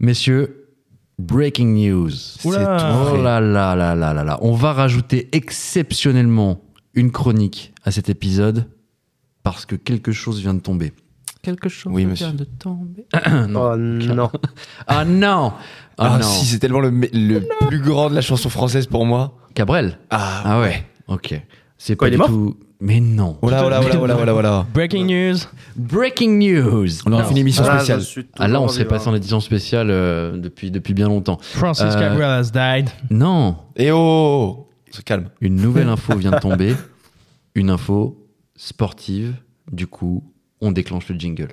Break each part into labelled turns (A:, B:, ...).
A: Messieurs, breaking news.
B: Oula.
A: C'est tout. Oh là là là là là là. On va rajouter exceptionnellement une chronique à cet épisode parce que quelque chose vient de tomber. Quelque chose
B: Oui, monsieur.
A: de tomber.
C: Oh non.
A: Ah non Ah
B: Ah,
A: non
B: si, c'est tellement le, me- le plus grand de la chanson française pour moi.
A: Cabrel
B: Ah,
A: Ah ouais, ok. C'est
C: Quoi,
A: pas
C: il est
A: du
C: mort
A: tout... Mais non.
B: oh là, oh là, oh là, oh là, oh là, oh là.
D: Breaking news.
A: Breaking news
B: On aura
A: Non.
B: fait une émission
C: Ah,
B: spéciale.
C: je suis toujours
A: Ah là, on serait
C: vivant.
A: passé en édition spéciale euh, depuis, depuis bien longtemps.
D: Francis
A: Euh,
D: Cabrel has died.
A: Non,
B: Et oh, oh, oh. se calme.
A: une nouvelle info vient de tomber. Une info sportive. Du coup, on déclenche le jingle.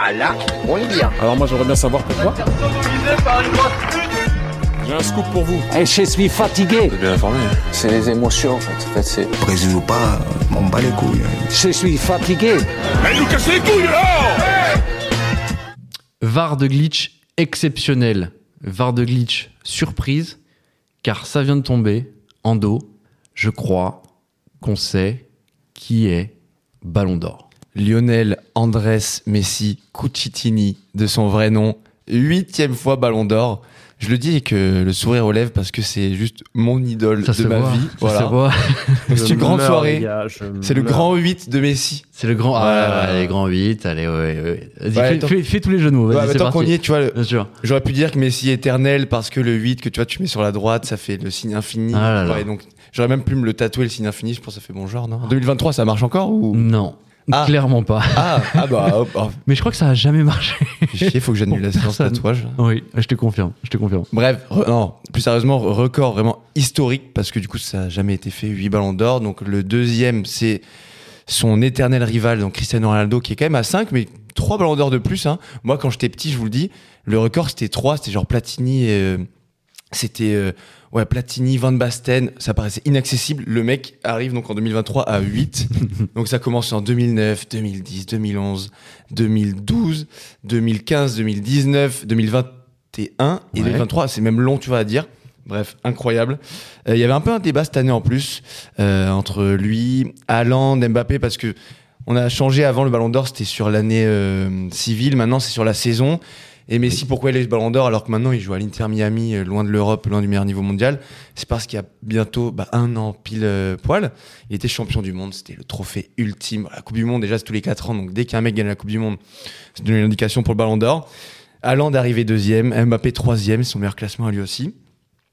E: Ah là, on est bien.
F: Alors moi j'aimerais bien savoir pourquoi. J'ai un scoop pour vous.
G: Et Eh, je suis fatigué.
F: Bien informé.
G: C'est les émotions, en fait. En fait, c'est-
H: Brésil ou pas, je m'en bats les couilles.
G: Je suis fatigué.
A: VAR de glitch exceptionnel. VAR de glitch surprise. Car ça vient de tomber en dos. Je crois qu'on sait qui est Ballon d'Or.
B: Lionel Andrés Messi Cucitini, de son vrai nom, huitième fois Ballon d'Or. Je le dis avec euh, le sourire aux lèvres parce que c'est juste mon idole
A: Ça
B: de
A: se
B: ma
A: voit.
B: vie.
A: Ça
B: Voilà.
A: se voit.
B: Donc,
C: Je
B: C'est une grande
C: meurs,
B: soirée.
C: les gars, je
B: C'est le
C: meurs.
B: grand 8 de Messi.
A: C'est le grand. Ah,
B: Ouais, ouais, ouais.
A: les grands 8. Allez, ouais, ouais. Vas-y,
B: Ouais,
A: fais-
B: attends.
A: fais, fais tous les jeux de mots. Vas-y,
B: Ouais, Bah, mais
A: c'est
B: tant qu'on y
A: parti.
B: est, tu vois, le-
A: Bien sûr.
B: j'aurais pu dire que Messi est éternel parce que le 8 que tu vois, tu mets sur la droite, ça fait le signe infini.
A: Ah là là.
B: Ouais, donc j'aurais même pu me le tatouer le signe infini, je pense que ça fait bon genre, non En 2023, ça marche encore ou
A: Non.
B: Ah.
A: Clairement pas.
B: Ah, ah bah, hop, oh,
A: Mais je crois que ça a jamais marché.
B: chier, faut que j'annule la séance
A: Personne.
B: tatouage.
A: Oui, je te confirme. Je te confirme.
B: Bref, re- non, plus sérieusement, re- record vraiment historique parce que du coup, ça n'a jamais été fait. 8 ballons d'or. Donc le deuxième, c'est son éternel rival, donc Cristiano Ronaldo, qui est quand même à 5, mais 3 ballons d'or de plus. hein. Moi, quand j'étais petit, je vous le dis, le record c'était 3, c'était genre Platini. et, euh, c'était euh, ouais, Platini, Van Basten, ça paraissait inaccessible. Le mec arrive donc en 2023 à 8. donc ça commence en 2009, 2010, 2011, 2012, 2015, 2019, 2021 et
A: Ouais.
B: 2023. C'est même long, tu vois, à dire. Bref, incroyable. Euh, Il y avait un peu un débat cette année en plus euh, entre lui, Haaland, Mbappé, parce que on a changé avant le Ballon d'Or, c'était sur l'année euh, civile, maintenant c'est sur la saison. Et Messi, pourquoi il est le Ballon d'Or alors que maintenant il joue à l'Inter Miami, euh, loin de l'Europe, loin du meilleur niveau mondial C'est parce qu'il y a bientôt bah, un an pile euh, poil, il était champion du monde, c'était le trophée ultime. La Coupe du Monde, déjà c'est tous les 4 ans, donc dès qu'un mec gagne la Coupe du Monde, c'est une indication pour le Ballon d'Or. Haaland arrivé deuxième, Mbappé troisième, son meilleur classement à lui aussi.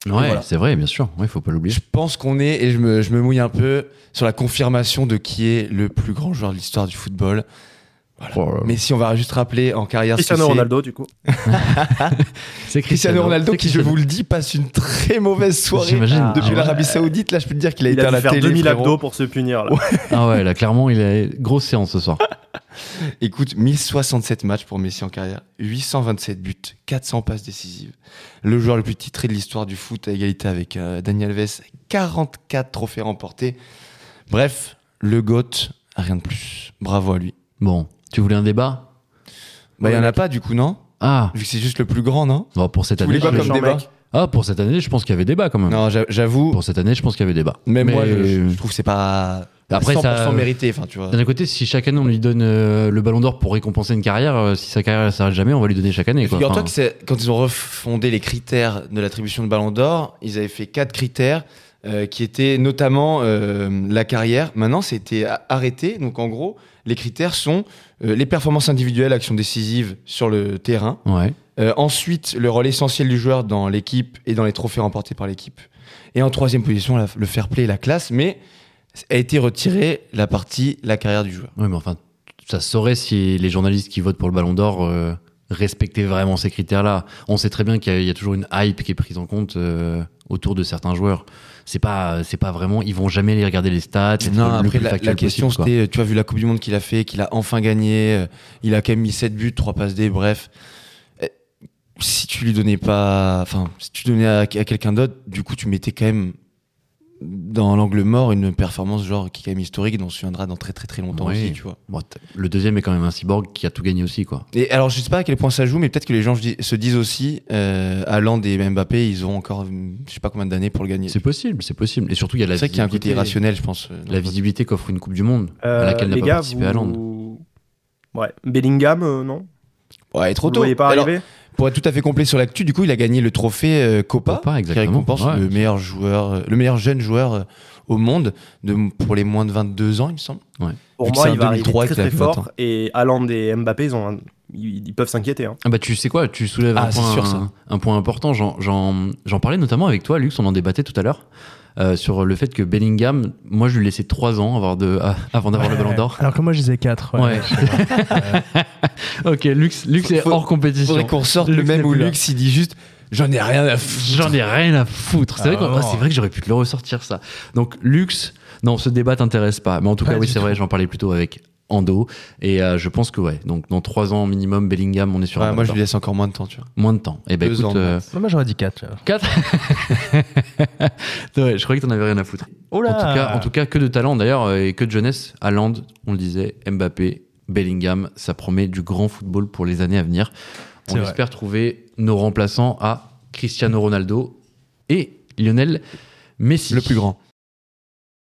A: Ouais,
B: Voilà.
A: c'est vrai, bien sûr. Il faut pas l'oublier.
B: Je pense qu'on est, et je me, je me mouille un peu, sur la confirmation de qui est le plus grand joueur de l'histoire du football.
A: Oh là là.
B: Mais si on va juste rappeler en carrière,
C: Cristiano
B: ce que c'est.
C: Ronaldo, du coup.
A: C'est
B: Cristiano Ronaldo qui, je vous le dis, passe une très mauvaise soirée
A: J'imagine.
B: depuis
A: Ah ouais.
B: l'Arabie Saoudite. Là, je peux te dire qu'il a,
C: Il
B: été à
C: a dû
B: la
C: faire
B: télé.
C: 2000
B: frérot.
C: abdos pour se punir, là.
A: Ah ouais, là, clairement, il a grosse séance ce soir.
B: Écoute, 1067 matchs pour Messi en carrière, 827 buts, 400 passes décisives. Le joueur le plus titré de l'histoire du foot à égalité avec euh, Daniel Alves, 44 trophées remportés. Bref, le GOAT, rien de plus. Bravo à lui.
A: Bon, tu voulais un débat
B: Bah, il n'y en a pas du coup, non
A: Ah,
B: Vu que c'est juste le plus grand, non
A: bon, pour cette
B: Tu
A: année.
B: voulais pas
A: je-
B: comme
C: méchant
B: débat
C: mec.
A: Ah, pour cette année, je pense qu'il y avait débat quand même.
B: Non, j'a- j'avoue,
A: Pour cette année, je pense qu'il y avait débat.
B: même
A: Mais-
B: moi, je, je trouve que c'est pas
A: Après,
B: 100%
A: ça-
B: mérité. Enfin, tu vois.
A: D'un autre côté, si chaque année on lui donne euh, le ballon d'or pour récompenser une carrière, euh, si sa carrière ne s'arrête jamais, on va lui donner chaque année. Quoi.
B: Figure-toi
A: Enfin,
B: que c'est- quand ils ont refondé les critères de l'attribution de Ballon d'Or, ils avaient fait quatre critères euh, qui étaient notamment euh, la carrière. Maintenant, c'était a- arrêté. Donc, en gros, les critères sont euh, les performances individuelles, actions décisives sur le terrain.
A: Ouais.
B: Euh, ensuite, le rôle essentiel du joueur dans l'équipe et dans les trophées remportés par l'équipe. Et en troisième position, la- le fair play et la classe. Mais a été retirée la partie la carrière du joueur.
A: Ouais, mais enfin, ça se saurait si les journalistes qui votent pour le Ballon d'Or euh, respectaient vraiment ces critères-là. On sait très bien qu'il y, a- il y a toujours une hype qui est prise en compte euh, autour de certains joueurs. C'est pas, c'est pas vraiment. Ils vont jamais aller regarder les stats. être
B: Non,
A: le
B: après,
A: plus
B: la,
A: factuel
B: la question
A: possible, quoi.
B: c'était, tu as vu la Coupe du Monde qu'il a fait, qu'il a enfin gagné, euh, il a quand même mis 7 buts, 3 passes D, bref. Euh, Si tu lui donnais pas, enfin, si tu donnais à, à quelqu'un d'autre, du coup, tu mettais quand même dans l'angle mort une performance genre qui est quand même historique, dont on se souviendra dans très très très longtemps
A: Oui.
B: aussi, tu vois.
A: Bon, t- le deuxième est quand même un cyborg qui a tout gagné aussi, quoi.
B: Et alors, je sais pas à quel point ça joue, mais peut-être que les gens je dis- se disent aussi, euh, Haaland et Mbappé, ils auront encore, hum, je sais pas combien d'années pour le gagner.
A: C'est
B: C'est
A: possible, c'est possible. Et surtout, il y a la
B: vrai qu'il y a un côté
A: visibilité,
B: irrationnel, je pense. euh, dans
A: la
B: le-
A: visibilité qu'offre une Coupe du Monde à laquelle
C: Euh,
A: n'a
C: les
A: pas
C: gars,
A: participé
C: vous-
A: Haaland.
C: Ouais. Bellingham, euh, non
B: Ouais, trop
C: Vous le
B: tôt.
C: voyez pas
B: Alors,
C: arriver
B: Pour être tout à fait complet sur l'actu, du coup, il a gagné le trophée euh, Copa,
A: Copa,
B: qui
A: exactement.
B: récompense
A: Ouais.
B: le meilleur joueur, euh, le meilleur jeune joueur euh, au monde de, pour les moins de 22 ans, il me semble.
C: Pour
B: Vu que
C: moi,
B: c'est
C: il
B: un
C: va arriver
B: 2003
C: très très
B: avec la
C: fort.
B: flotte,
C: Et Haaland et Mbappé, ils, ont un- ils, ils peuvent s'inquiéter. hein.
A: Ah bah tu sais quoi, tu soulèves un,
B: Ah, c'est
A: point,
B: sûr, ça.
A: un, un point important. J'en- J'en j'en parlais notamment avec toi, Lux, on en débattait tout à l'heure, euh, sur le fait que Bellingham, moi je lui laissais 3 ans avant de- ah, avant d'avoir le ballon d'or.
D: Alors que moi, je les ai 4.
A: Ouais. ok, Lux, Lux est
B: Faut-
A: hors
B: Il
A: compétition.
B: faudrait qu'on sorte
D: Lux
B: le même
D: n'est
B: où
D: plus là.
B: Lux, il dit juste J'en ai rien à foutre.
A: J'en ai rien à foutre. C'est
D: Ah,
A: vrai, qu'on-
D: vraiment.
A: ah, c'est vrai que j'aurais pu te le ressortir ça. Donc Lux, non, ce débat t'intéresse pas. Mais en tout
D: Pas
A: cas, oui,
D: du
A: c'est vrai, j'en parlais plutôt avec Ando. Et euh, je pense que ouais. Donc dans trois ans minimum, Bellingham, on est sur
B: Ouais,
A: un
B: moi, je
A: bon
B: lui laisse encore moins de temps, tu vois.
A: temps. moins de temps. Et ben
B: Deux
A: écoute,
B: ans,
A: euh,
D: Moi, j'aurais dit 4.
A: ouais, je croyais que t'en avais rien à foutre.
D: Oh
A: En
D: là
A: tout cas, en tout cas, que de talent d'ailleurs euh, et que de jeunesse. Haaland, on le disait, Mbappé, Bellingham, ça promet du grand football pour les années à venir. On
D: C'est vrai.
A: espère trouver nos remplaçants à Cristiano Ronaldo et Lionel Messi.
B: Le plus grand.